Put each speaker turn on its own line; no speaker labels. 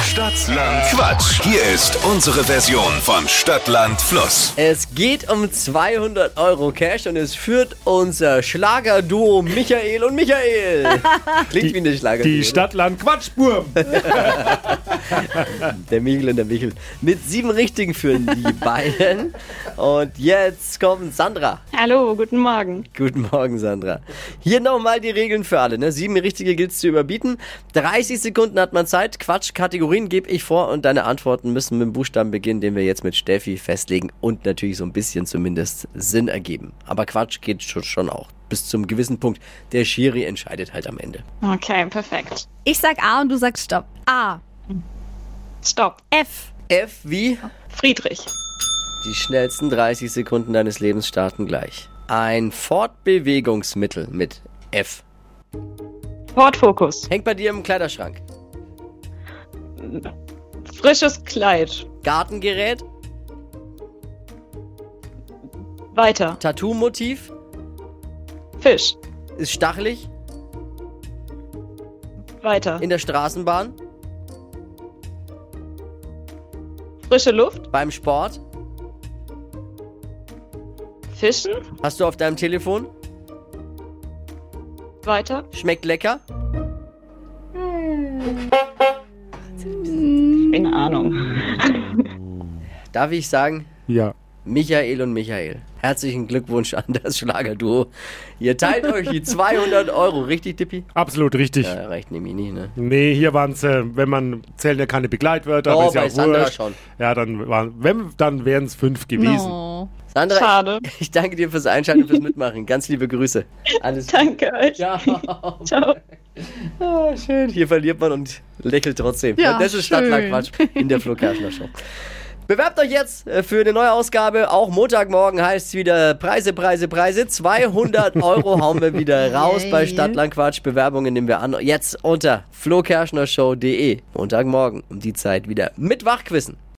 Stadtland Quatsch. Hier ist unsere Version von Stadtland Fluss.
Es geht um 200 Euro Cash und es führt unser Schlagerduo Michael und Michael. Klingt wie eine Schlagerduo.
Die Stadtland Quatschburm.
Der Michel und der Michel. Mit sieben Richtigen führen die beiden. Und jetzt kommt Sandra.
Hallo, guten Morgen.
Guten Morgen, Sandra. Hier nochmal die Regeln für alle. Ne? Sieben Richtige gilt es zu überbieten. 30 Sekunden hat man Zeit. Quatsch, Kategorien gebe ich vor und deine Antworten müssen mit dem Buchstaben beginnen, den wir jetzt mit Steffi festlegen und natürlich so ein bisschen zumindest Sinn ergeben. Aber Quatsch geht schon- schon auch. Bis zum gewissen Punkt. Der Schiri entscheidet halt am Ende.
Okay, perfekt.
Ich sag A und du sagst Stopp. A.
Stopp.
F.
F wie?
Friedrich.
Die schnellsten 30 Sekunden deines Lebens starten gleich. Ein Fortbewegungsmittel mit F.
Wortfokus.
Hängt bei dir im Kleiderschrank.
Frisches Kleid.
Gartengerät,
Weiter.
Tattoo-Motiv,
Fisch.
ist stachelig,
Weiter.
in der Straßenbahn,
Frische Luft.
beim Sport,
Fischen.
hast du auf deinem Telefon,
Weiter.
schmeckt lecker,
Keine Ahnung.
darf ich sagen,
Ja.
Michael und Michael. Herzlichen Glückwunsch an das Schlagerduo. Ihr teilt euch die 200 Euro, richtig, Dippi?
Absolut richtig.
Ja, reicht nämlich nicht, ne?
Nee, hier waren es, äh, wenn man zählt ja keine Begleitwörter,
Oh,
aber ist ja
bei
auch
Sandra
wurscht.
schon.
Ja, dann waren wenn, dann wären es fünf gewesen.
No.
Sandra,
Schade.
ich danke dir fürs Einschalten, fürs Mitmachen. Ganz liebe Grüße. Alles Gute.
Danke euch.
Ciao.
Ciao.
Ah, schön. Hier verliert man und lächelt trotzdem.
Ja,
Und das ist
schön.
Stadtlangquatsch in der Flo Kerschner Show. Bewerbt euch jetzt äh, für eine neue Ausgabe. Auch Montagmorgen heißt es wieder Preise, Preise, Preise. 200 Euro hauen wir wieder raus
Yay.
bei Stadtlangquatsch. Bewerbungen nehmen wir an. Jetzt unter flokerschnershow.de. Montagmorgen um die Zeit wieder mit Wachquissen.